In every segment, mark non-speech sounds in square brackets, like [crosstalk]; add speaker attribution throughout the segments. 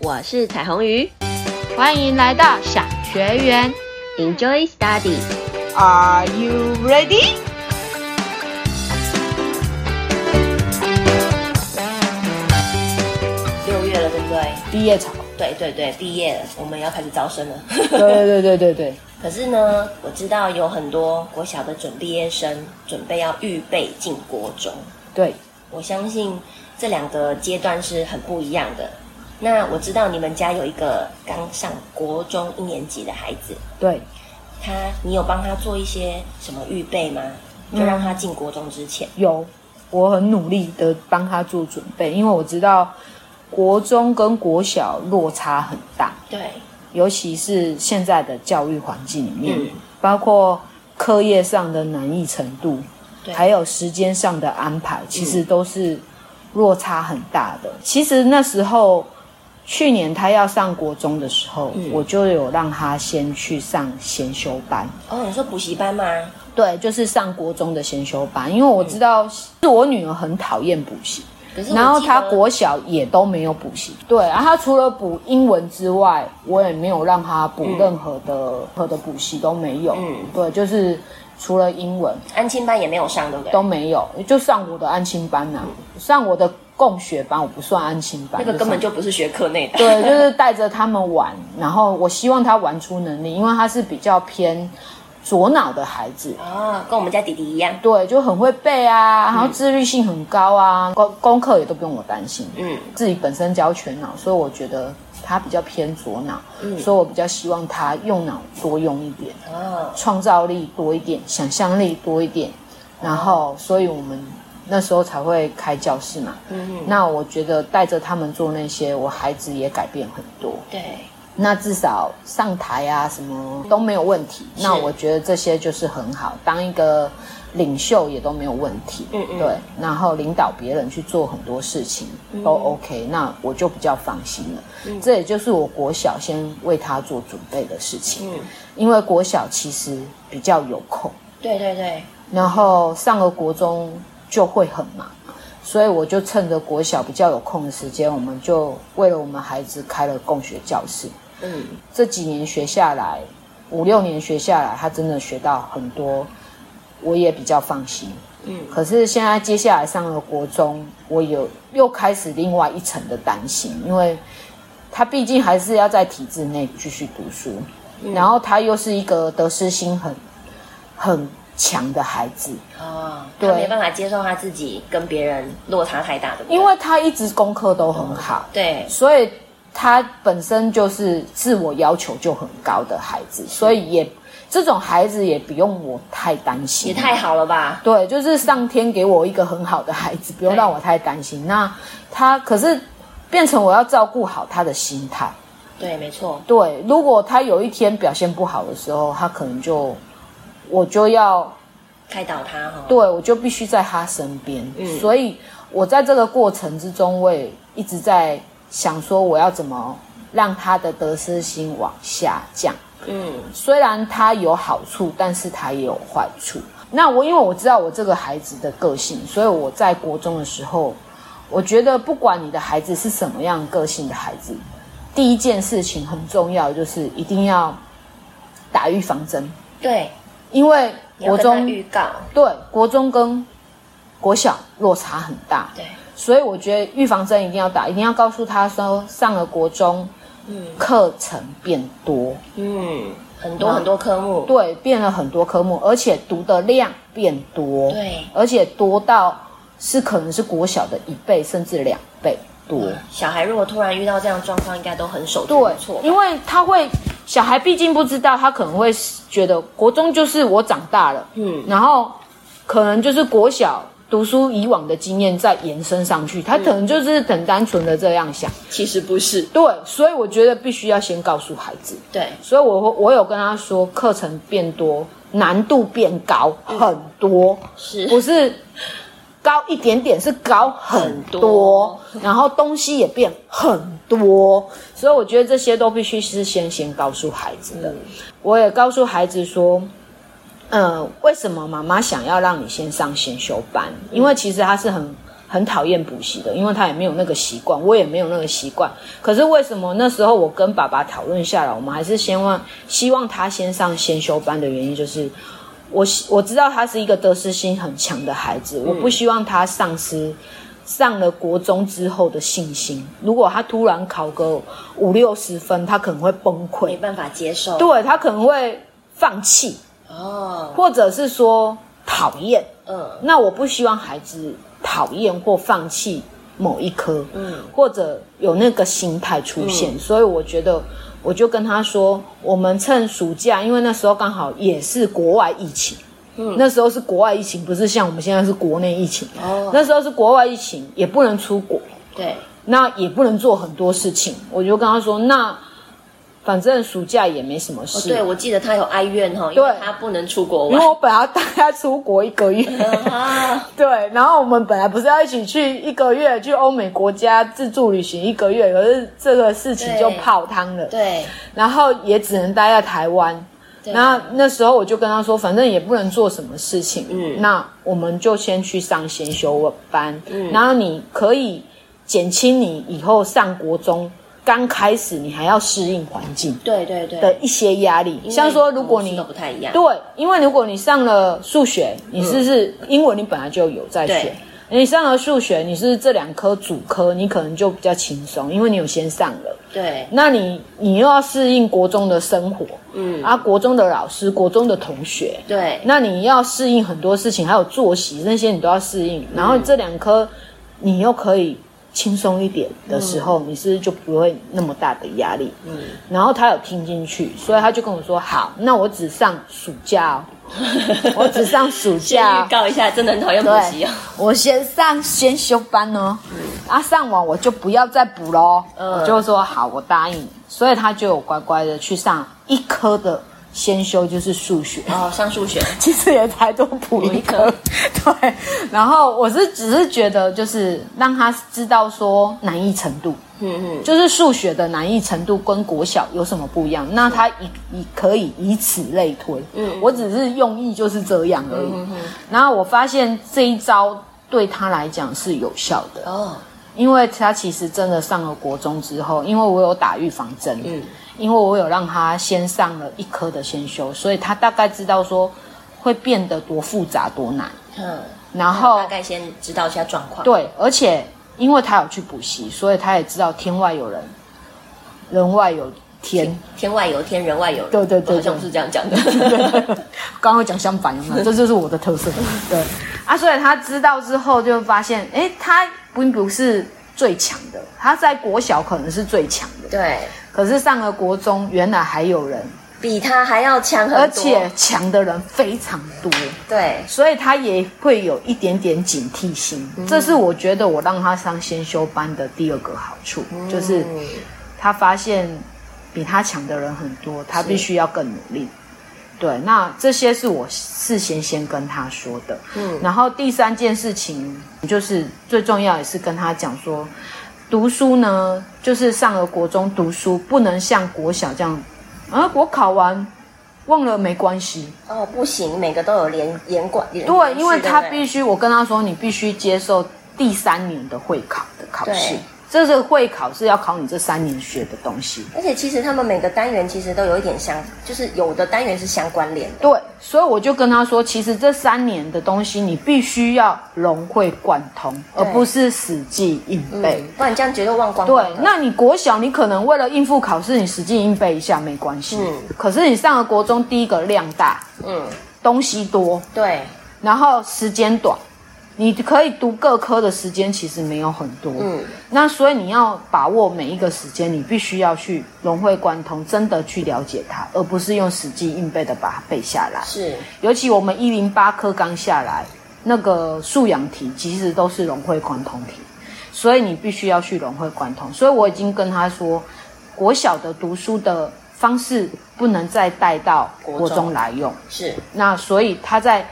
Speaker 1: 我是彩虹鱼
Speaker 2: 欢迎来到小学园。
Speaker 1: ，Enjoy Study。
Speaker 2: Are you ready？
Speaker 1: 六月了，对不对？
Speaker 2: 毕业潮。
Speaker 1: 对对对，毕业了，我们要开始招生了。
Speaker 2: 对对对对对对，
Speaker 1: [laughs] 可是呢，我知道有很多国小的准毕业生准备要预备进国中，
Speaker 2: 对
Speaker 1: 我相信这两个阶段是很不一样的。那我知道你们家有一个刚上国中一年级的孩子，
Speaker 2: 对，
Speaker 1: 他你有帮他做一些什么预备吗？就让他进国中之前，
Speaker 2: 有，我很努力的帮他做准备，因为我知道国中跟国小落差很大，
Speaker 1: 对，
Speaker 2: 尤其是现在的教育环境里面，
Speaker 1: 嗯
Speaker 2: 包括课业上的难易程度，
Speaker 1: 对
Speaker 2: 还有时间上的安排，其实都是落差很大的。其实那时候，去年他要上国中的时候，
Speaker 1: 嗯
Speaker 2: 我就有让他先去上先修班，
Speaker 1: 哦，你说补习班吗？
Speaker 2: 对，就是上国中的先修班，因为我知道是我女儿很讨厌补习，
Speaker 1: 可是我
Speaker 2: 然后
Speaker 1: 记
Speaker 2: 她
Speaker 1: 得
Speaker 2: 国小也都没有补习，对，然后她除了补英文之外，我也没有让她补任何的、任何的补习都没有，
Speaker 1: 嗯
Speaker 2: 对，就是除了英文
Speaker 1: 安亲班也没有上，对不对？
Speaker 2: 都没有，就上我的安亲班呐、上我的共学班，我不算安亲班，
Speaker 1: 嗯那个根本
Speaker 2: 就
Speaker 1: 就不是学科内的。
Speaker 2: 对，就是带着他们玩，然后我希望他玩出能力，因为他是比较偏左脑的孩子，
Speaker 1: 啊，跟我们家弟弟一样。
Speaker 2: 对，就很会背啊，然
Speaker 1: 嗯
Speaker 2: 后自律性很高啊，功功课也都不用我担心。
Speaker 1: 嗯，
Speaker 2: 自己本身教全脑，所以我觉得他比较偏左脑，
Speaker 1: 嗯
Speaker 2: 所以我比较希望他用脑多用一点，
Speaker 1: 哦，
Speaker 2: 创造力多一点，想象力多一点，然后所以我们那时候才会开教室嘛。
Speaker 1: 嗯，
Speaker 2: 那我觉得带着他们做那些，我孩子也改变很多。
Speaker 1: 对，
Speaker 2: 那至少上台啊什么都没有问题。
Speaker 1: 是
Speaker 2: 那我觉得这些就是很好，当一个领袖也都没有问题。
Speaker 1: 嗯嗯
Speaker 2: 对，然后领导别人去做很多事情都 OK，、那我就比较放心了。
Speaker 1: 嗯
Speaker 2: 这也就是我国小先为他做准备的事情，
Speaker 1: 嗯，
Speaker 2: 因为国小其实比较有空，
Speaker 1: 对对对，
Speaker 2: 然后上了国中就会很忙。所以我就趁着国小比较有空的时间，我们就为了我们孩子开了共学教室。
Speaker 1: 嗯，
Speaker 2: 这几年学下来，五六年学下来，他真的学到很多，我也比较放心。
Speaker 1: 嗯，
Speaker 2: 可是现在接下来上了国中，我有又开始另外一层的担心，因为他毕竟还是要在体制内继续读书，然后他又是一个得失心很很强的孩子，
Speaker 1: 哦，他
Speaker 2: 对
Speaker 1: 没办法接受他自己跟别人落差太大，对不对？
Speaker 2: 因为他一直功课都很好，
Speaker 1: 对，
Speaker 2: 所以他本身就是自我要求就很高的孩子，所以也这种孩子也不用我太担心。
Speaker 1: 也太好了吧？
Speaker 2: 对，就是上天给我一个很好的孩子，不用
Speaker 1: 对
Speaker 2: 让我太担心。那他可是变成我要照顾好他的心态。
Speaker 1: 对，没错，
Speaker 2: 对，如果他有一天表现不好的时候，他可能就我就要
Speaker 1: 开导他哈、哦。
Speaker 2: 对，我就必须在他身边。
Speaker 1: 嗯
Speaker 2: 所以我在这个过程之中，我也一直在想说，我要怎么让他的得失心往下降。
Speaker 1: 嗯，
Speaker 2: 虽然它有好处，但是它也有坏处。那我因为我知道我这个孩子的个性，所以我在国中的时候，我觉得不管你的孩子是什么样个性的孩子，第一件事情很重要，就是一定要打预防针，
Speaker 1: 对，
Speaker 2: 因为
Speaker 1: 你要
Speaker 2: 国
Speaker 1: 跟他
Speaker 2: 中
Speaker 1: 预告，
Speaker 2: 对，国中跟国小落差很大，
Speaker 1: 对，
Speaker 2: 所以我觉得预防针一定要打，一定要告诉他说，上了国中
Speaker 1: 嗯
Speaker 2: 课程变多，
Speaker 1: 嗯，很多很多科目，
Speaker 2: 对，变了很多科目，而且读的量变多，
Speaker 1: 对，
Speaker 2: 而且多到是可能是国小的一倍甚至两倍多，
Speaker 1: 小孩如果突然遇到这样的状况，应该都很手足
Speaker 2: 对
Speaker 1: 无措，吧。
Speaker 2: 因为他会小孩毕竟不知道，他可能会觉得国中就是我长大了，
Speaker 1: 嗯，
Speaker 2: 然后可能就是国小读书以往的经验再延伸上去，他可能就是很单纯的这样想。
Speaker 1: 其实不是，
Speaker 2: 对，所以我觉得必须要先告诉孩子。
Speaker 1: 对，
Speaker 2: 所以我会我有跟他说，课程变多，难度变高很多，
Speaker 1: 是
Speaker 2: 不是高一点点，是高很
Speaker 1: 很
Speaker 2: 多
Speaker 1: 多，
Speaker 2: 然后东西也变很多，所以我觉得这些都必须是先先告诉孩子
Speaker 1: 嗯
Speaker 2: 的。我也告诉孩子说，呃嗯、为什么妈妈想要让你先上先修班？因为其实他是很很讨厌补习的，因为他也没有那个习惯，我也没有那个习惯。可是为什么那时候我跟爸爸讨论下来，我们还是先望希望他先上先修班的原因就是。我希我知道他是一个得失心很强的孩子，我不希望他丧失上了国中之后的信心。如果他突然考个五六十分，他可能会崩
Speaker 1: 没
Speaker 2: 溃，
Speaker 1: 办法接受。
Speaker 2: 对他可能会放弃，
Speaker 1: 哦，
Speaker 2: 或者是说讨厌。
Speaker 1: 嗯
Speaker 2: 那我不希望孩子讨厌或放弃某一科，
Speaker 1: 嗯，
Speaker 2: 或者有那个心态出现，所以我觉得。我就跟他说，我们趁暑假，因为那时候刚好也是国外疫情，嗯，那时候是国外疫情，不是像我们现在是国内疫情，
Speaker 1: 哦
Speaker 2: 那时候是国外疫情，也不能出国，
Speaker 1: 对，
Speaker 2: 那也不能做很多事情。我就跟他说，那反正暑假也没什么
Speaker 1: 哦
Speaker 2: 事，
Speaker 1: 对，我记得他有哀怨哦哈，因为
Speaker 2: 对
Speaker 1: 他不能出国
Speaker 2: 因为
Speaker 1: 玩。
Speaker 2: 我本来要带他出国一个月，
Speaker 1: 啊，
Speaker 2: [laughs] 对，然后我们本来不是要一起去一个月去欧美国家自助旅行一个月，可是这个事情就泡汤了，
Speaker 1: 对，
Speaker 2: 然后也只能待在台湾。
Speaker 1: 对
Speaker 2: 然后那时候我就跟他说，反正也不能做什么事情，
Speaker 1: 嗯
Speaker 2: 那我们就先去上先修班，
Speaker 1: 嗯
Speaker 2: 然后你可以减轻你以后上国中刚开始你还要适应环境
Speaker 1: 对对对，
Speaker 2: 的一些压力，
Speaker 1: 因为
Speaker 2: 像说如果
Speaker 1: 模式
Speaker 2: 你
Speaker 1: 都不太一样，
Speaker 2: 对，因为如果你上了数学，你是不是英文你本来就有在学
Speaker 1: 对？
Speaker 2: 你上了数学，你是这两科主科，你可能就比较轻松，因为你有先上了。
Speaker 1: 对，
Speaker 2: 那你你又要适应国中的生活，
Speaker 1: 嗯，
Speaker 2: 啊，国中的老师、国中的同学，
Speaker 1: 对，
Speaker 2: 那你要适应很多事情，还有作息那些你都要适应。然后这两科你又可以轻松一点的时候，你是不是就不会那么大的压力？嗯。然后他有听进去，所以他就跟我说：“好，那我只上暑假、哦，我只上暑
Speaker 1: 先
Speaker 2: 假、
Speaker 1: 预告一下，真的很讨厌补习
Speaker 2: 对
Speaker 1: 哦。，
Speaker 2: 我先上先修班哦，啊，上完我就不要再补喽。
Speaker 1: 嗯
Speaker 2: 我就说好，我答应你。所以他就有乖乖的去上一科的先修，就是数学。
Speaker 1: 哦，上数学，
Speaker 2: 其实也才多补一科， [laughs] 对。然后我是只是觉得，就是让他知道说难易程度，
Speaker 1: 嗯嗯，
Speaker 2: 就是数学的难易程度跟国小有什么不一样，那他以以可以以此类推。嗯，我只是用意就是这样而已。然后我发现这一招对他来讲是有效的，
Speaker 1: 哦，
Speaker 2: 因为他其实真的上了国中之后，因为我有打预防针，嗯，因为我有让他先上了一科的先修，所以他大概知道说会变得多复杂多难。
Speaker 1: 嗯，
Speaker 2: 然后
Speaker 1: 大概先知道一下状况。
Speaker 2: 对，而且因为他有去补习，所以他也知道天外有人，人外有天。
Speaker 1: 天外有天，人外有人。
Speaker 2: 对对对
Speaker 1: 我好像
Speaker 2: [laughs] 对
Speaker 1: 是这样讲的。
Speaker 2: 刚刚讲相反，有没有？这就是我的特色。对啊，所以他知道之后就发现，哎，他并不是最强的，他在国小可能是最强的。
Speaker 1: 对，
Speaker 2: 可是上了国中，原来还有人，
Speaker 1: 比他还要强很多。
Speaker 2: 而且强的人非常多，
Speaker 1: 对，
Speaker 2: 所以他也会有一点点警惕心。这是我觉得我让他上先修班的第二个好处，就是
Speaker 1: 嗯
Speaker 2: 他发现比他强的人很多，他必须要更努力。对，那这些是我事先先跟他说的。嗯，然后第三件事情就是最重要，也是跟他讲说，读书呢，就是上了国中读书，不能像国小这样，啊，我考完忘了没关系。
Speaker 1: 哦，不行，每个都有连连贯。连
Speaker 2: 对，因为他
Speaker 1: 须
Speaker 2: 必须，我跟他说，你必须接受第三年的会考的考试
Speaker 1: 对。
Speaker 2: 这个会考是要考你这三年学的东西，
Speaker 1: 而且其实他们每个单元其实都有一点相，就是有的单元是相关联的。
Speaker 2: 对，所以我就跟他说，其实这三年的东西你必须要融会贯通，而
Speaker 1: 对
Speaker 2: 不是死记硬背。
Speaker 1: 嗯，不然这样绝对忘光光
Speaker 2: 对
Speaker 1: 了。，
Speaker 2: 那你国小你可能为了应付考试，你死记硬背一下没关系。
Speaker 1: 嗯
Speaker 2: 可是你上了国中，第一个量大，
Speaker 1: 嗯，
Speaker 2: 东西多，
Speaker 1: 对，
Speaker 2: 然后时间短，你可以读各科的时间其实没有很多。
Speaker 1: 嗯，
Speaker 2: 那所以你要把握每一个时间，你必须要去融会贯通，真的去了解它，而不是用死记硬背的把它背下来。
Speaker 1: 是，
Speaker 2: 尤其我们一零八课刚下来，那个素养题其实都是融会贯通题，所以你必须要去融会贯通。所以我已经跟他说，国小的读书的方式不能再带到国
Speaker 1: 国中
Speaker 2: 中来用。
Speaker 1: 是，
Speaker 2: 那所以他在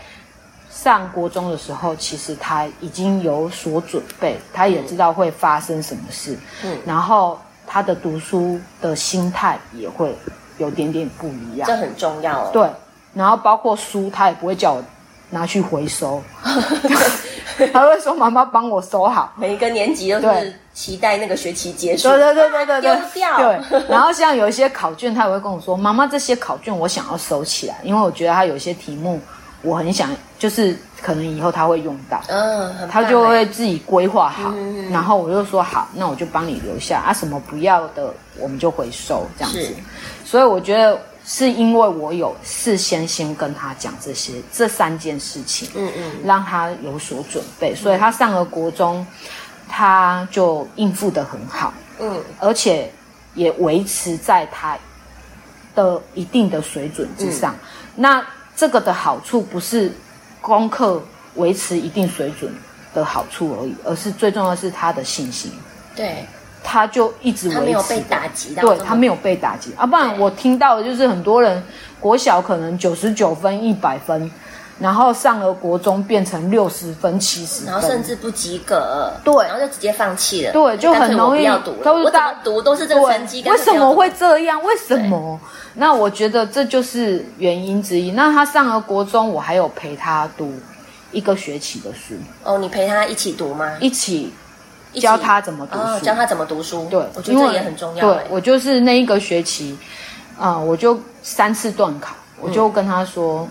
Speaker 2: 上国中的时候，其实他已经有所准备，他也知道会发生什么事，
Speaker 1: 嗯
Speaker 2: 然后他的读书的心态也会有点点不一样
Speaker 1: 这，很重要哦。 [laughs]
Speaker 2: 对，然后包括书，他也不会叫我拿去回收，还会说妈妈帮我收好。
Speaker 1: 每一个年级都是
Speaker 2: 对
Speaker 1: 期待那个学期结束
Speaker 2: 对，对对对对对，
Speaker 1: 丢掉
Speaker 2: 对，然后像有一些考卷，他也会跟我说：“妈妈，这些考卷我想要收起来，因为我觉得它有些题目我很想，就是可能以后他会用到，
Speaker 1: 嗯，很棒
Speaker 2: 他就
Speaker 1: 欸
Speaker 2: 会自己规划好。
Speaker 1: 嗯嗯嗯
Speaker 2: 然后我就说好，那我就帮你留下啊，什么不要的我们就回收这样
Speaker 1: 是
Speaker 2: 子。所以我觉得是因为我有事先先跟他讲这些这三件事情，
Speaker 1: 嗯嗯，
Speaker 2: 让他有所准备，所以他上了国中，他就应付得很好。
Speaker 1: 嗯
Speaker 2: 而且也维持在它的一定的水准之上。
Speaker 1: 嗯
Speaker 2: 那这个的好处不是功课维持一定水准的好处而已，而是最重要的是他的信心，
Speaker 1: 对，
Speaker 2: 他就一直维持
Speaker 1: 他
Speaker 2: 着。
Speaker 1: 没有被打击到，
Speaker 2: 对他没
Speaker 1: 有，
Speaker 2: 有被打击啊，不然我听到的就是很多人国小可能九十九分、一百分，然后上了国中变成六十分、七十分，
Speaker 1: 然后甚至不及格，
Speaker 2: 对
Speaker 1: 然后就直接放弃了，
Speaker 2: 对，就很容易
Speaker 1: 干脆我不要读了，
Speaker 2: 都是
Speaker 1: 我怎
Speaker 2: 大
Speaker 1: 么读都是这个
Speaker 2: 对
Speaker 1: 成绩，干
Speaker 2: 为
Speaker 1: 脆
Speaker 2: 什
Speaker 1: 不要
Speaker 2: 么
Speaker 1: 读
Speaker 2: 会这样？为什么？那我觉得这就是原因之一。那他上了国中，我还有陪他读一个学期的书，
Speaker 1: 哦？你陪他一起读吗？
Speaker 2: 一起
Speaker 1: 一起
Speaker 2: 教他怎么读
Speaker 1: 哦，
Speaker 2: 书
Speaker 1: 教他怎么读书，
Speaker 2: 对，
Speaker 1: 我觉得
Speaker 2: 因
Speaker 1: 这
Speaker 2: 为
Speaker 1: 也很重要欸，
Speaker 2: 对我就是那一个学期，啊、我就三次断考，我就
Speaker 1: 嗯
Speaker 2: 跟他说，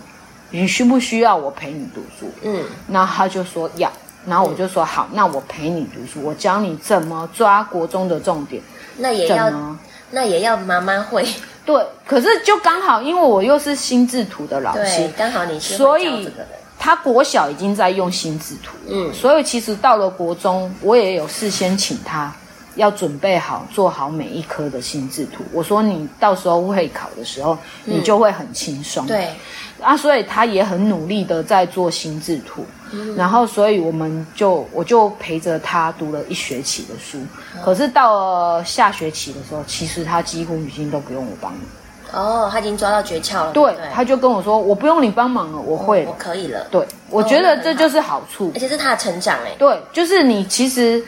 Speaker 2: 你需不需要我陪你读书？
Speaker 1: 嗯
Speaker 2: 那他就说要，然后我就说好，那我陪你读书，我教你怎么抓国中的重点，，
Speaker 1: 那也
Speaker 2: 怎
Speaker 1: 要
Speaker 2: 么。
Speaker 1: 那也要妈妈会，
Speaker 2: 对，可是就刚好，因为我又是心智图的老
Speaker 1: 对
Speaker 2: 师，，
Speaker 1: 刚好你是
Speaker 2: 所
Speaker 1: 会教
Speaker 2: 以
Speaker 1: 这个的，
Speaker 2: 他国小已经在用心智图，
Speaker 1: 嗯
Speaker 2: 嗯，所以其实到了国中，我也有事先请他要准备好做好每一科的心智图。我说你到时候会考的时候，你就会很轻松，
Speaker 1: 嗯对，
Speaker 2: 啊，所以他也很努力的在做心智图，
Speaker 1: 嗯
Speaker 2: 然后所以我们就我就陪着他读了一学期的书，
Speaker 1: 嗯
Speaker 2: 可是到了下学期的时候，其实他几乎已经都不用我帮忙。
Speaker 1: 哦，他已经抓到诀窍了，对
Speaker 2: 对
Speaker 1: 不对，哦
Speaker 2: 他就跟我说：“我不用你帮忙了，我会
Speaker 1: 我
Speaker 2: 了。
Speaker 1: 可以了，
Speaker 2: 对，我觉得这就是好处。
Speaker 1: 而且是他的成长哎，
Speaker 2: 对，就是你其实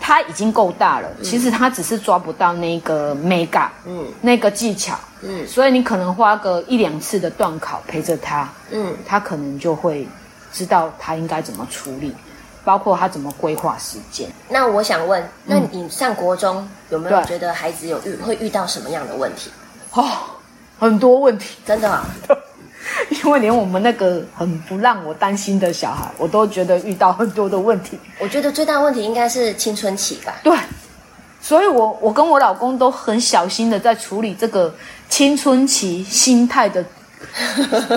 Speaker 2: 他已经够大了，其实他只是抓不到那个 mega
Speaker 1: 嗯
Speaker 2: 那个技巧，
Speaker 1: 嗯
Speaker 2: 所以你可能花个一两次的段考陪着他，
Speaker 1: 嗯，
Speaker 2: 他可能就会知道他应该怎么处理，包括他怎么规划时间。
Speaker 1: 那我想问，那你上国中有没有
Speaker 2: 嗯对
Speaker 1: 觉得孩子有遇会遇到什么样的问题？
Speaker 2: 哦，很多问题。” [laughs]
Speaker 1: 真的啊、
Speaker 2: 因为连我们那个很不让我担心的小孩，我都觉得遇到很多的问题。
Speaker 1: 我觉得最大的问题应该是青春期吧。
Speaker 2: 对，所以我我跟我老公都很小心的在处理这个青春期心态的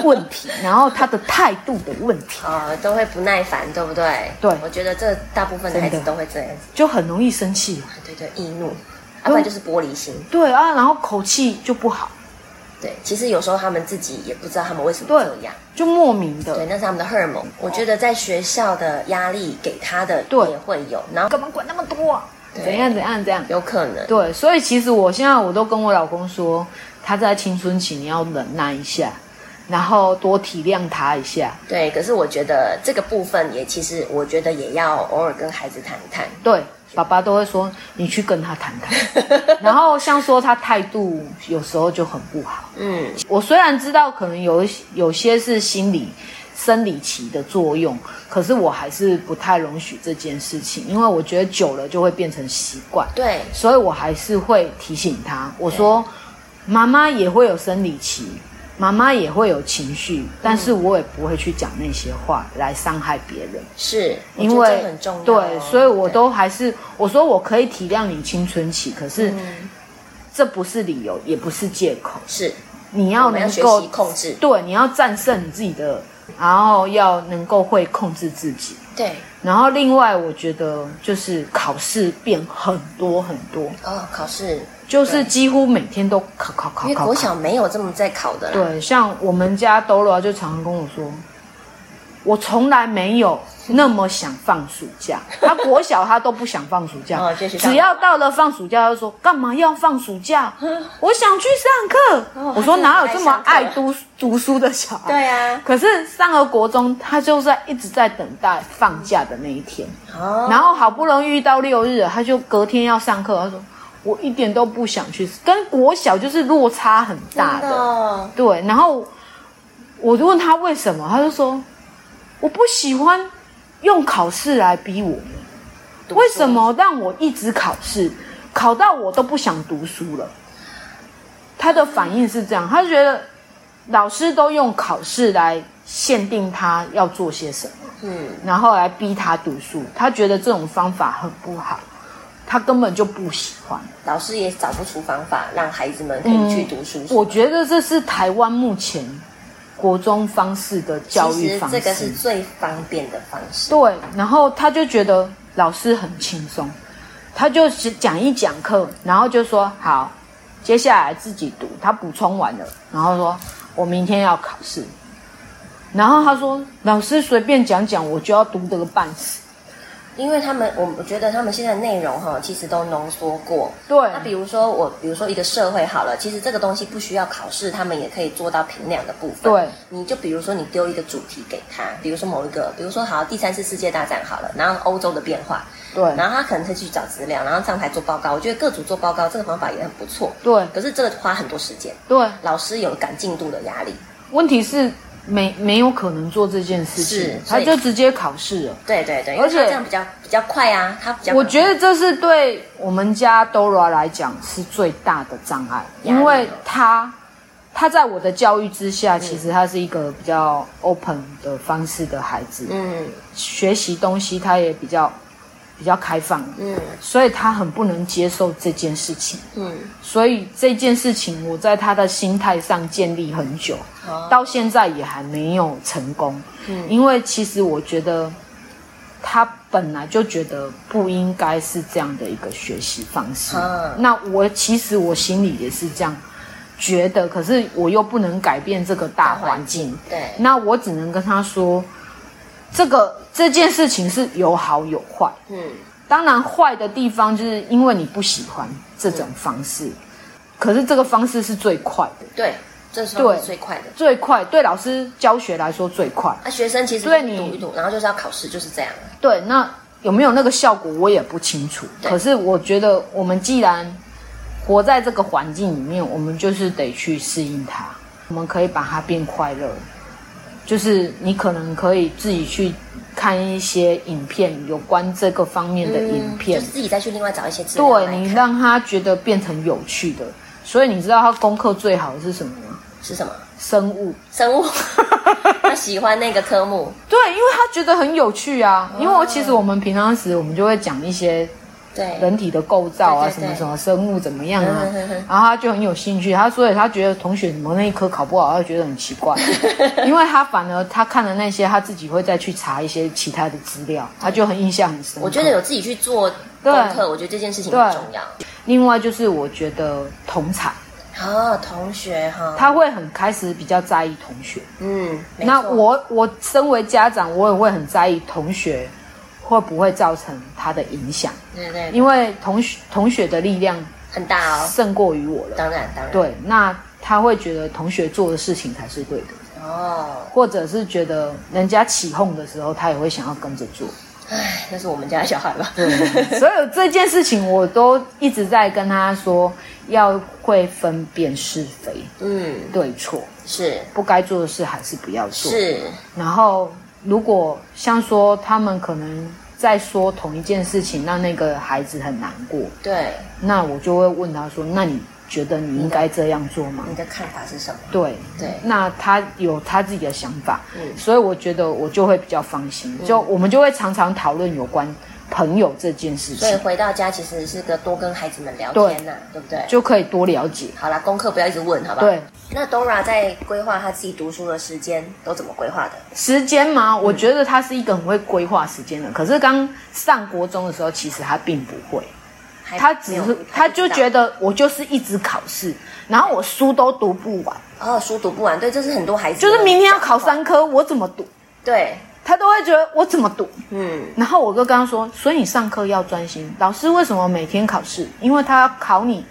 Speaker 2: 问题，然后他的态度的问题， [laughs]
Speaker 1: 啊，都会不耐烦，对不对？
Speaker 2: 对
Speaker 1: 我觉得这大部分的孩子
Speaker 2: 真的
Speaker 1: 都会这样子，
Speaker 2: 就很容易生气。
Speaker 1: 对对，易怒，啊
Speaker 2: 哦
Speaker 1: 要不然就是玻璃心。
Speaker 2: 对啊，然后口气就不好，
Speaker 1: 对，其实有时候他们自己也不知道他们为什么
Speaker 2: 对
Speaker 1: 这样，
Speaker 2: 就莫名
Speaker 1: 对，
Speaker 2: 的，
Speaker 1: 那是他们的荷尔蒙。我觉得在学校的压力给他的
Speaker 2: 对
Speaker 1: 也会有，然后
Speaker 2: 干嘛管那么多啊、
Speaker 1: 对
Speaker 2: 怎样怎样怎样。
Speaker 1: 有可能，
Speaker 2: 对，所以其实我现在我都跟我老公说，他在青春期你要忍耐一下，然后多体谅他一下。
Speaker 1: 对。可是我觉得这个部分也，其实我觉得也要偶尔跟孩子谈一谈。
Speaker 2: 对，爸爸都会说你去跟他谈谈。然后像说他态度有时候就很不好。
Speaker 1: 嗯，
Speaker 2: 我虽然知道可能有一些有些是心理生理期的作用，可是我还是不太容许这件事情，因为我觉得久了就会变成习惯。
Speaker 1: 对，
Speaker 2: 所以我还是会提醒他，我说妈妈也会有生理期，妈妈也会有情绪，但是我也不会去讲那些话来伤害别人，
Speaker 1: 是，我觉
Speaker 2: 因
Speaker 1: 得
Speaker 2: 为
Speaker 1: 这很重要哦、
Speaker 2: 对，所以我
Speaker 1: 对
Speaker 2: 都还是我说我可以体谅你青春期，可是这不是理由，也不是借口，
Speaker 1: 是
Speaker 2: 你
Speaker 1: 我
Speaker 2: 要
Speaker 1: 们要
Speaker 2: 能
Speaker 1: 学
Speaker 2: 够
Speaker 1: 习控制。
Speaker 2: 对，你要战胜你自己的，然后要能够会控制自己。
Speaker 1: 对，
Speaker 2: 然后另外，我觉得就是考试变很多很多，
Speaker 1: 哦，考试，
Speaker 2: 就是几乎每天都考考考
Speaker 1: 因为
Speaker 2: 哦考
Speaker 1: 国
Speaker 2: 考。
Speaker 1: 小没有这么在考的啦。
Speaker 2: 对，像我们家 Dora 就常常跟我说，我从来没有那么想放暑
Speaker 1: [laughs]
Speaker 2: 假。他国小他都不想放暑假，
Speaker 1: 哦就学校
Speaker 2: 只要到了放暑假，他就说干嘛要放暑
Speaker 1: [laughs]
Speaker 2: 假？我想去上课。
Speaker 1: 哦
Speaker 2: 我说
Speaker 1: 他真的
Speaker 2: 哪有
Speaker 1: 爱
Speaker 2: 这
Speaker 1: 上
Speaker 2: 么
Speaker 1: 课
Speaker 2: 爱读读书的小孩？
Speaker 1: 对啊，
Speaker 2: 可是上了国中，他就在一直在等待放假的那一天。
Speaker 1: 哦，
Speaker 2: 然后好不容易遇到六日，他就隔天要上课，他说我一点都不想去，跟国小就是落差很大的。
Speaker 1: 真的哦
Speaker 2: 对，然后我就问他为什么，他就说我不喜欢用考试来逼我们。
Speaker 1: 读书
Speaker 2: 为什？么让我一直考试，考到我都不想读书了？他的反应是这样，他觉得老师都用考试来限定他要做些什么，
Speaker 1: 嗯，
Speaker 2: 然后来逼他读书，他觉得这种方法很不好，他根本就不喜欢。
Speaker 1: 老师也找不出方法让孩子们可以去读书。
Speaker 2: 嗯我觉得这是台湾目前国中方式的教
Speaker 1: 其
Speaker 2: 育
Speaker 1: 实
Speaker 2: 方式，
Speaker 1: 这个是最方便的方式。
Speaker 2: 对，然后他就觉得老师很轻松，他就只讲一讲课，然后就说好，接下来自己读。他补充完了，然后说我明天要考试，然后他说老师随便讲讲，我就要读这个半死。
Speaker 1: 因为他们，我我觉得他们现在的内容哈，其实都浓缩过。
Speaker 2: 对
Speaker 1: 那比如说我，比如说一个社会好了，其实这个东西不需要考试，他们也可以做到评量的部分。
Speaker 2: 对，
Speaker 1: 你就比如说你丢一个主题给他，比如说某一个，比如说好第三次世界大战好了，然后欧洲的变化，
Speaker 2: 对
Speaker 1: 然后他可能会去找资料，然后上台做报告。我觉得各组做报告这个方法也很不错，
Speaker 2: 对
Speaker 1: 可是这个花很多时间，
Speaker 2: 对，
Speaker 1: 老师有赶进度的压力。
Speaker 2: 问题是没没有可能做这件事情
Speaker 1: 是，
Speaker 2: 他
Speaker 1: 所以
Speaker 2: 就直接考试了。
Speaker 1: 对对对，因为
Speaker 2: 而且
Speaker 1: 他这样比较比较快啊，他比较
Speaker 2: 我觉得这是对我们家 Dora 来讲是最大的障碍，
Speaker 1: 压力嗯
Speaker 2: 因为她她在我的教育之下，其实她是一个比较 open 的方式的孩子，
Speaker 1: 嗯
Speaker 2: 学习东西她也比较比较开放，
Speaker 1: 嗯
Speaker 2: 所以她很不能接受这件事情，
Speaker 1: 嗯，
Speaker 2: 所以这件事情我在她的心态上建立很久，
Speaker 1: 好，
Speaker 2: 到现在也还没有成功。
Speaker 1: 嗯
Speaker 2: 因为其实我觉得他本来就觉得不应该是这样的一个学习方式。
Speaker 1: 嗯
Speaker 2: 那我其实我心里也是这样觉得，可是我又不能改变这个大环境，
Speaker 1: 对。
Speaker 2: 那我只能跟他说，这个这件事情是有好有坏。
Speaker 1: 嗯，
Speaker 2: 当然，坏的地方就是因为你不喜欢这种方式，可是这个方式是最快的，
Speaker 1: 对，这时候
Speaker 2: 对
Speaker 1: 是最快的。
Speaker 2: 最快对老师教学来说最快。
Speaker 1: 啊，学生其实
Speaker 2: 对
Speaker 1: 就是
Speaker 2: 你
Speaker 1: 读一读，然后就是要考试，就是这样。
Speaker 2: 对，那有没有那个效果我也不清楚。
Speaker 1: 对
Speaker 2: 可是我觉得我们既然活在这个环境里面，我们就是得去适应它。我们可以把它变快乐，就是你可能可以自己去看一些影片，有关这个方面的影片，
Speaker 1: 嗯就是自己再去另外找一些资料来
Speaker 2: 嗯对
Speaker 1: 看
Speaker 2: 你让他觉得变成有趣的。所以你知道他功课最好的是什么吗？
Speaker 1: 是什么
Speaker 2: 生物。[laughs]
Speaker 1: 生物，他喜欢那个科目。
Speaker 2: 对，因为他觉得很有趣啊。因为我其实我们平常时我们就会讲一些
Speaker 1: 对，
Speaker 2: 人体的构造啊，
Speaker 1: 对对
Speaker 2: 什
Speaker 1: 对
Speaker 2: 么什么生物怎么样啊
Speaker 1: 嗯哼哼哼，
Speaker 2: 然后他就很有兴趣，他所以他觉得同学怎么那一科考不好，他觉得很奇 [laughs] 怪，因为他反而他看了那些，他自己会再去查一些其他的资料，他就很印象很深刻。
Speaker 1: 我觉得有自己去做
Speaker 2: 对
Speaker 1: 功课，我觉得这件事情很重要。
Speaker 2: 另外就是我觉得同才，
Speaker 1: 哦，同学哈，
Speaker 2: 他会很开始比较在意同学。
Speaker 1: 嗯，没错
Speaker 2: 那我我身为家长，我也会很在意同学会不会造成他的影响，
Speaker 1: 对对对
Speaker 2: 因为同学同学的力量
Speaker 1: 很大哦，
Speaker 2: 胜过于我了。
Speaker 1: 当然当然。
Speaker 2: 对，那他会觉得同学做的事情才是对的，
Speaker 1: 哦，
Speaker 2: 或者是觉得人家起哄的时候，他也会想要跟着
Speaker 1: [laughs]
Speaker 2: 做。
Speaker 1: 唉，那是我们家的小孩吧？
Speaker 2: 所有这件事情，我都一直在跟他说，要会分辨是非、
Speaker 1: [laughs] 嗯，
Speaker 2: 对错，
Speaker 1: 是
Speaker 2: 不该做的事还是不要做。
Speaker 1: 是，
Speaker 2: 然后，如果像说他们可能在说同一件事情，让那个孩子很难过，
Speaker 1: 对，
Speaker 2: 那我就会问他说：“那你觉得你应该这样做吗
Speaker 1: 你的看法是什么？？”
Speaker 2: 对，
Speaker 1: 对，
Speaker 2: 那他有他自己的想法，
Speaker 1: 嗯
Speaker 2: 所以我觉得我就会比较放心，就我们就会常常讨论有关朋友这件事
Speaker 1: 所以
Speaker 2: 情，
Speaker 1: 回到家其实是个多跟孩子们聊天呐、对不对？
Speaker 2: 就可以多了解。
Speaker 1: 好啦，功课不要一直问，好不好？。
Speaker 2: 对
Speaker 1: 那 Dora 在规划她自己读书的时间都怎么规划的？
Speaker 2: 时间
Speaker 1: 嗯
Speaker 2: 嘛，我觉得他是一个很会规划时间的，可是刚上国中的时候，其实他并不会，
Speaker 1: 还
Speaker 2: 他只
Speaker 1: 没
Speaker 2: 是
Speaker 1: 有
Speaker 2: 他就觉
Speaker 1: 得
Speaker 2: 得我就是一直考试，然后我书都读不完，
Speaker 1: 哦，书读不完，对，这是很多孩子
Speaker 2: 就是明天要考
Speaker 1: 的
Speaker 2: 三科，啊我怎么读？
Speaker 1: 对，
Speaker 2: 他都会觉得我怎么读？
Speaker 1: 嗯，
Speaker 2: 然后我就跟他说，所以你上课要专心。老师为什么每天考试？因为他要考你，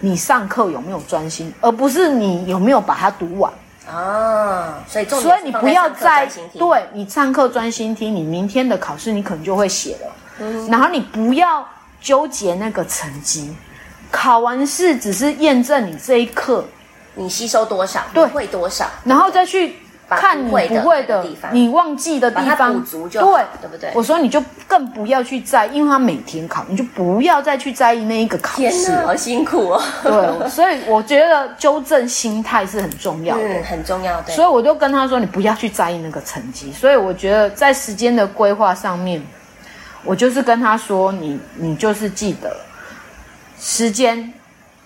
Speaker 2: 你上课有没有专心，而不是你有没有把它读完。
Speaker 1: 哦，所以重点
Speaker 2: 所
Speaker 1: 是
Speaker 2: 以你不要
Speaker 1: 放
Speaker 2: 再
Speaker 1: 在上课专心听，
Speaker 2: 对你上课专心听，你明天的考试你可能就会写了。
Speaker 1: 嗯
Speaker 2: 然后你不要纠结那个成绩，考完试只是验证你这一课，
Speaker 1: 你吸收多少，
Speaker 2: 对
Speaker 1: 你会多少，
Speaker 2: 然后再去
Speaker 1: 把
Speaker 2: 看你
Speaker 1: 不会的
Speaker 2: 不会
Speaker 1: 那
Speaker 2: 的
Speaker 1: 个地，方
Speaker 2: 你忘记的地
Speaker 1: 把它
Speaker 2: 方
Speaker 1: 补，足就好
Speaker 2: 对
Speaker 1: 对不对
Speaker 2: 我说你就更不要去在意，因为他每天考，你就不要再去在意那一个考
Speaker 1: 天
Speaker 2: 试。
Speaker 1: 哪，好辛苦
Speaker 2: [laughs]
Speaker 1: 哦。
Speaker 2: 对，所以我觉得纠正心态是很重要的。
Speaker 1: 嗯，很重要，对
Speaker 2: 所。以我就跟他说，你不要去在意那个成绩。所以我觉得在时间的规划上面，我就是跟他说，你你就是记得时间，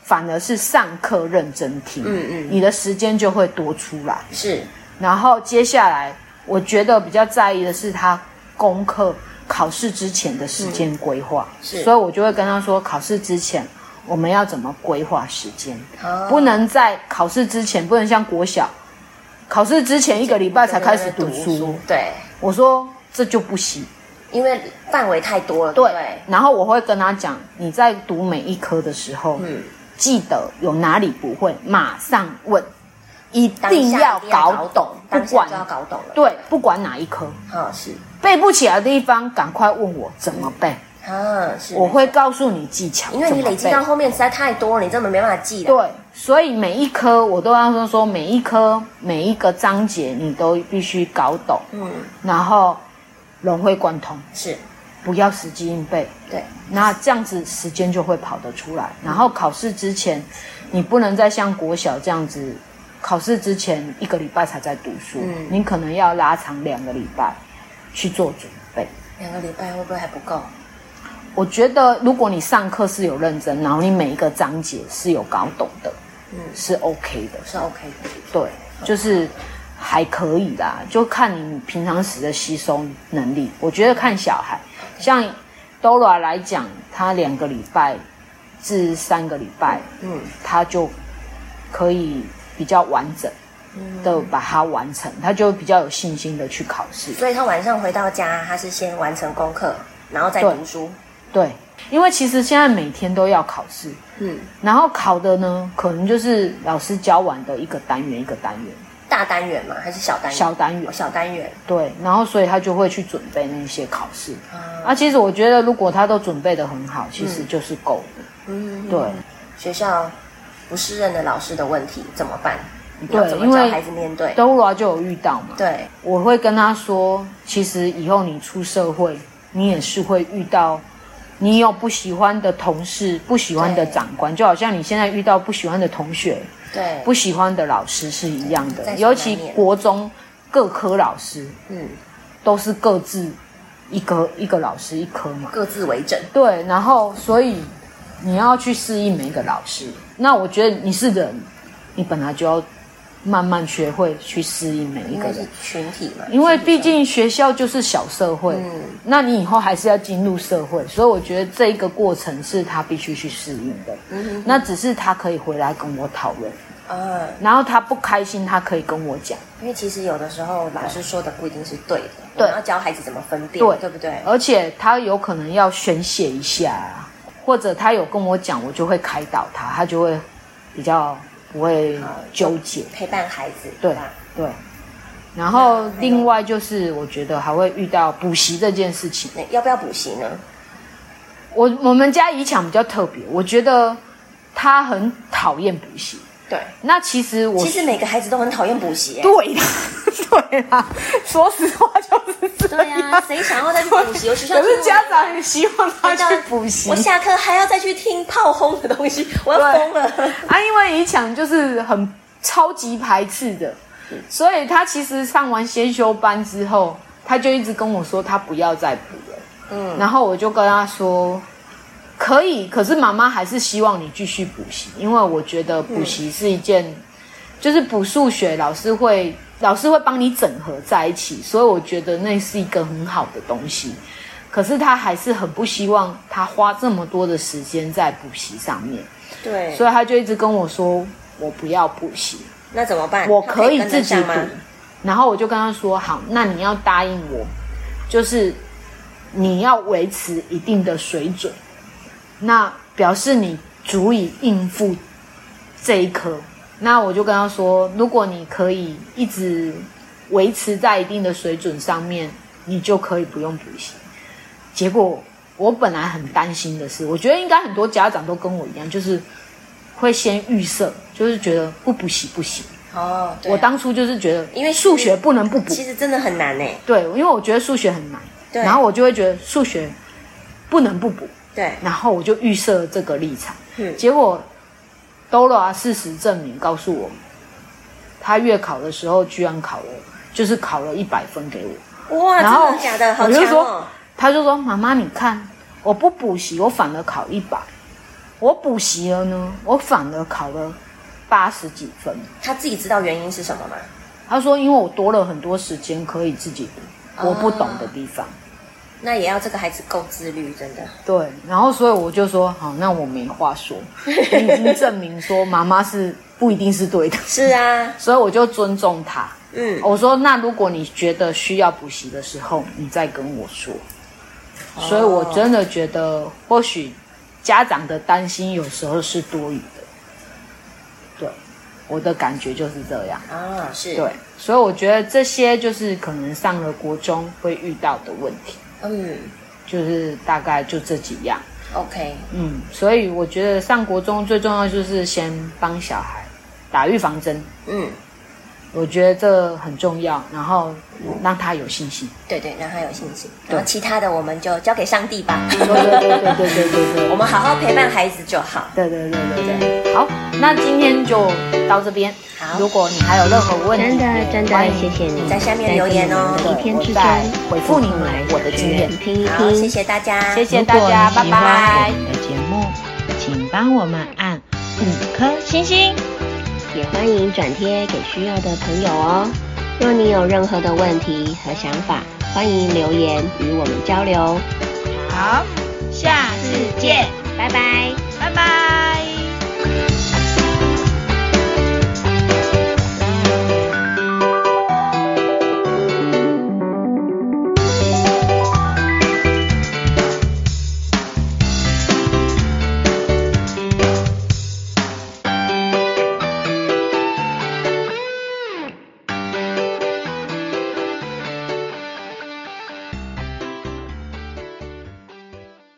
Speaker 2: 反而是上课认真听，
Speaker 1: 嗯嗯
Speaker 2: 你的时间就会多出来。
Speaker 1: 是
Speaker 2: 然后接下来，我觉得比较在意的是他功课考试之前的时间规划，
Speaker 1: 嗯是
Speaker 2: 所以我就会跟他说，考试之前我们要怎么规划时间，
Speaker 1: 哦
Speaker 2: 不能在考试之前，不能像国小考试之前一个礼拜才开始读书。，
Speaker 1: 对，
Speaker 2: 我说这就不行，
Speaker 1: 因为范围太多了，对不对，
Speaker 2: 然后我会跟他讲，你在读每一科的时候，
Speaker 1: 嗯，
Speaker 2: 记得有哪里不会，马上问，一
Speaker 1: 当下一
Speaker 2: 定要搞懂，不
Speaker 1: 当下
Speaker 2: 管
Speaker 1: 就要搞懂了，
Speaker 2: 对，不管哪一科。
Speaker 1: 啊是
Speaker 2: 背不起来的地方，赶快问我怎么背，
Speaker 1: 啊是，
Speaker 2: 我会告诉你技巧。
Speaker 1: 因为你累积
Speaker 2: 怎
Speaker 1: 到
Speaker 2: 么
Speaker 1: 后面实在太多了，你根本没办法记
Speaker 2: 背
Speaker 1: 了。
Speaker 2: 对，所以每一科我都要说说每一科每一个章节你都必须搞懂，
Speaker 1: 嗯，
Speaker 2: 然后融会贯通，
Speaker 1: 是
Speaker 2: 不要死记硬背。
Speaker 1: 对，
Speaker 2: 那这样子时间就会跑得出来。然后考试之前，你不能再像国小这样子，考试之前一个礼拜才在读书，
Speaker 1: 嗯
Speaker 2: 你可能要拉长两个礼拜去做准备。
Speaker 1: 两个礼拜会不会还不够？
Speaker 2: 我觉得，如果你上课是有认真，然后你每一个章节是有搞懂的，
Speaker 1: 嗯
Speaker 2: 是 OK 的，
Speaker 1: 是 OK 的，
Speaker 2: 对，就是还可以啦，就看你平常时的吸收能力。我觉得看小孩，像 Dora 来讲，他两个礼拜至三个礼拜，
Speaker 1: 嗯
Speaker 2: 他就可以比较完整
Speaker 1: 嗯，
Speaker 2: 的把它完成，他就比较有信心的去考试。
Speaker 1: 所以他晚上回到家，他是先完成功课，然后再
Speaker 2: 对
Speaker 1: 读书，
Speaker 2: 对，因为其实现在每天都要考试，
Speaker 1: 嗯，
Speaker 2: 然后考的呢，可能就是老师教完的一个单元一个单元，
Speaker 1: 大单元嘛还是小单元？
Speaker 2: 小单
Speaker 1: 哦
Speaker 2: 元，
Speaker 1: 小单元，
Speaker 2: 对，然后所以他就会去准备那些考试。
Speaker 1: 啊，
Speaker 2: 啊，其实我觉得如果他都准备的很好，其实就是够的。
Speaker 1: 嗯，
Speaker 2: 对，
Speaker 1: 学校不适任的老师的问题怎么办？你
Speaker 2: 对
Speaker 1: 要怎么
Speaker 2: 因为
Speaker 1: 教孩子面对？
Speaker 2: 德鲁拉就有遇到嘛，
Speaker 1: 对，
Speaker 2: 我会跟他说，其实以后你出社会，你也是会遇到。你有不喜欢的同事，不喜欢的
Speaker 1: 对
Speaker 2: 长官，就好像你现在遇到不喜欢的同学，
Speaker 1: 对，
Speaker 2: 不喜欢的老师是一样
Speaker 1: 在
Speaker 2: 的，
Speaker 1: 所
Speaker 2: 尤
Speaker 1: 难
Speaker 2: 其
Speaker 1: 免
Speaker 2: 国中各科老师
Speaker 1: 嗯，
Speaker 2: 都是各自一科一个老师一科嘛。
Speaker 1: 各自为政，
Speaker 2: 对，然后所以你要去适应每一个老师。那我觉得你是人，你本来就要慢慢学会去适应每一
Speaker 1: 应
Speaker 2: 个
Speaker 1: 该是
Speaker 2: 人，
Speaker 1: 群体嘛，
Speaker 2: 嗯因为
Speaker 1: 群体
Speaker 2: 毕竟学校就是小社会。
Speaker 1: 嗯
Speaker 2: 那你以后还是要进入社会，所以我觉得这一个过程是他必须去适应的。
Speaker 1: 嗯
Speaker 2: 那只是他可以回来跟我讨论，
Speaker 1: 啊，
Speaker 2: 然后他不开心，他可以跟我讲。
Speaker 1: 因为其实有的时候老师说的不一定是对的，我
Speaker 2: 对
Speaker 1: 们要教孩子怎么分辨，
Speaker 2: 对
Speaker 1: 对不对？
Speaker 2: 而且他有可能要宣泄一下啊，或者他有跟我讲，我就会开导他，他就会比较不会纠结。
Speaker 1: 陪伴孩子，
Speaker 2: 对
Speaker 1: 吧？
Speaker 2: 对，然后
Speaker 1: 那还有
Speaker 2: 另外就是，我觉得还会遇到补习这件事情。
Speaker 1: 那要不要补习呢？
Speaker 2: 我我们家怡强比较特别，我觉得他很讨厌补习。
Speaker 1: 对，
Speaker 2: 那其实我
Speaker 1: 其实每个孩子都很讨厌补习、欸。
Speaker 2: 对啦，啊 [laughs] 对啦，说实话就是这
Speaker 1: 对
Speaker 2: 样。
Speaker 1: 啊，谁想要再去补
Speaker 2: [laughs]
Speaker 1: 习？我学校
Speaker 2: 可是
Speaker 1: 说
Speaker 2: 家长也希望他去补习。
Speaker 1: 我下课还要再去听炮轰的东西， [laughs] 我要
Speaker 2: 对
Speaker 1: 疯
Speaker 2: [laughs]
Speaker 1: 了。
Speaker 2: 啊，因为怡强就是很超级排斥的，所以他其实上完先修班之后，他就一直跟我说他不要再补了。
Speaker 1: 嗯
Speaker 2: 然后我就跟他说，可以，可是妈妈还是希望你继续补习，因为我觉得补习是一件，
Speaker 1: 嗯
Speaker 2: 就是补数学，老师会老师会帮你整合在一起，所以我觉得那是一个很好的东西。可是他还是很不希望他花这么多的时间在补习上面，
Speaker 1: 对，
Speaker 2: 所以他就一直跟我说我不要补习，
Speaker 1: 那怎么办？
Speaker 2: 我
Speaker 1: 他
Speaker 2: 可以
Speaker 1: 跟
Speaker 2: 自
Speaker 1: 得
Speaker 2: 己
Speaker 1: 上
Speaker 2: 补
Speaker 1: 吗？。
Speaker 2: 然后我就跟他说好，那你要答应我，就是你要维持一定的水准，那表示你足以应付这一科。那我就跟他说，如果你可以一直维持在一定的水准上面，你就可以不用补习。结果我本来很担心的是，我觉得应该很多家长都跟我一样，就是会先预设，就是觉得不补习不行，
Speaker 1: 哦，对啊
Speaker 2: 我当初就是觉得，
Speaker 1: 因为
Speaker 2: 数学不能不补，
Speaker 1: 其实真的很难呢。
Speaker 2: 对，因为我觉得数学很难，
Speaker 1: 对
Speaker 2: 然后我就会觉得数学不能不补，
Speaker 1: 对，
Speaker 2: 然后我就预设了这个立场，
Speaker 1: 嗯
Speaker 2: 结果 Dora 事实证明告诉我，他月考的时候居然考了，就是考了一百分给我，
Speaker 1: 哇，
Speaker 2: 然后
Speaker 1: 真的假的？好
Speaker 2: 我就
Speaker 1: 强
Speaker 2: 说
Speaker 1: 哦！
Speaker 2: 他就说妈妈你看，我不补习，我反而考一百，我补习了呢，我反而考了八十几分，
Speaker 1: 他自己知道原因是什么吗？
Speaker 2: 他说因为我多了很多时间可以自己补我不懂的地方。
Speaker 1: 那也要这个孩子够自律，真的。
Speaker 2: 对，然后所以我就说好，那我没话说，你已经证明说妈妈是不一定是对的， [laughs]
Speaker 1: 是啊，
Speaker 2: 所以我就尊重她。
Speaker 1: 嗯，
Speaker 2: 我说那如果你觉得需要补习的时候，你再跟我说。
Speaker 1: 哦
Speaker 2: 所以我真的觉得，或许家长的担心有时候是多余的。对，我的感觉就是这样。
Speaker 1: 啊，是，
Speaker 2: 对，所以我觉得这些就是可能上了国中会遇到的问题，
Speaker 1: 嗯
Speaker 2: 就是大概就这几样。
Speaker 1: ，OK，
Speaker 2: 嗯，所以我觉得上国中最重要就是先帮小孩打预防针，
Speaker 1: 嗯，
Speaker 2: 我觉得这很重要，然后让他有信心。
Speaker 1: 对对，让他有信心。然后其他的我们就交给上帝吧，
Speaker 2: 对对对对对对对对
Speaker 1: [laughs] 我们好好陪伴孩子就好。
Speaker 2: 对对对对对。好，那今天就到这边。
Speaker 1: 好
Speaker 2: 如果你还有任何问题，
Speaker 3: 真的真
Speaker 2: 欢
Speaker 3: 的
Speaker 2: 迎
Speaker 3: 谢谢你
Speaker 1: 在下面留言哦
Speaker 3: 在给我们的一篇之
Speaker 2: 我
Speaker 3: 中
Speaker 2: 再回复你们我的经验
Speaker 3: 听一
Speaker 1: 好，
Speaker 3: 听，
Speaker 1: 谢谢大家，
Speaker 2: 谢谢大家，拜拜。
Speaker 3: 的节目，请帮我们按五颗星星，也欢迎转贴给需要的朋友哦。若你有任何的问题和想法，欢迎留言与我们交流。
Speaker 2: 好，下次
Speaker 3: 见，拜拜，拜拜。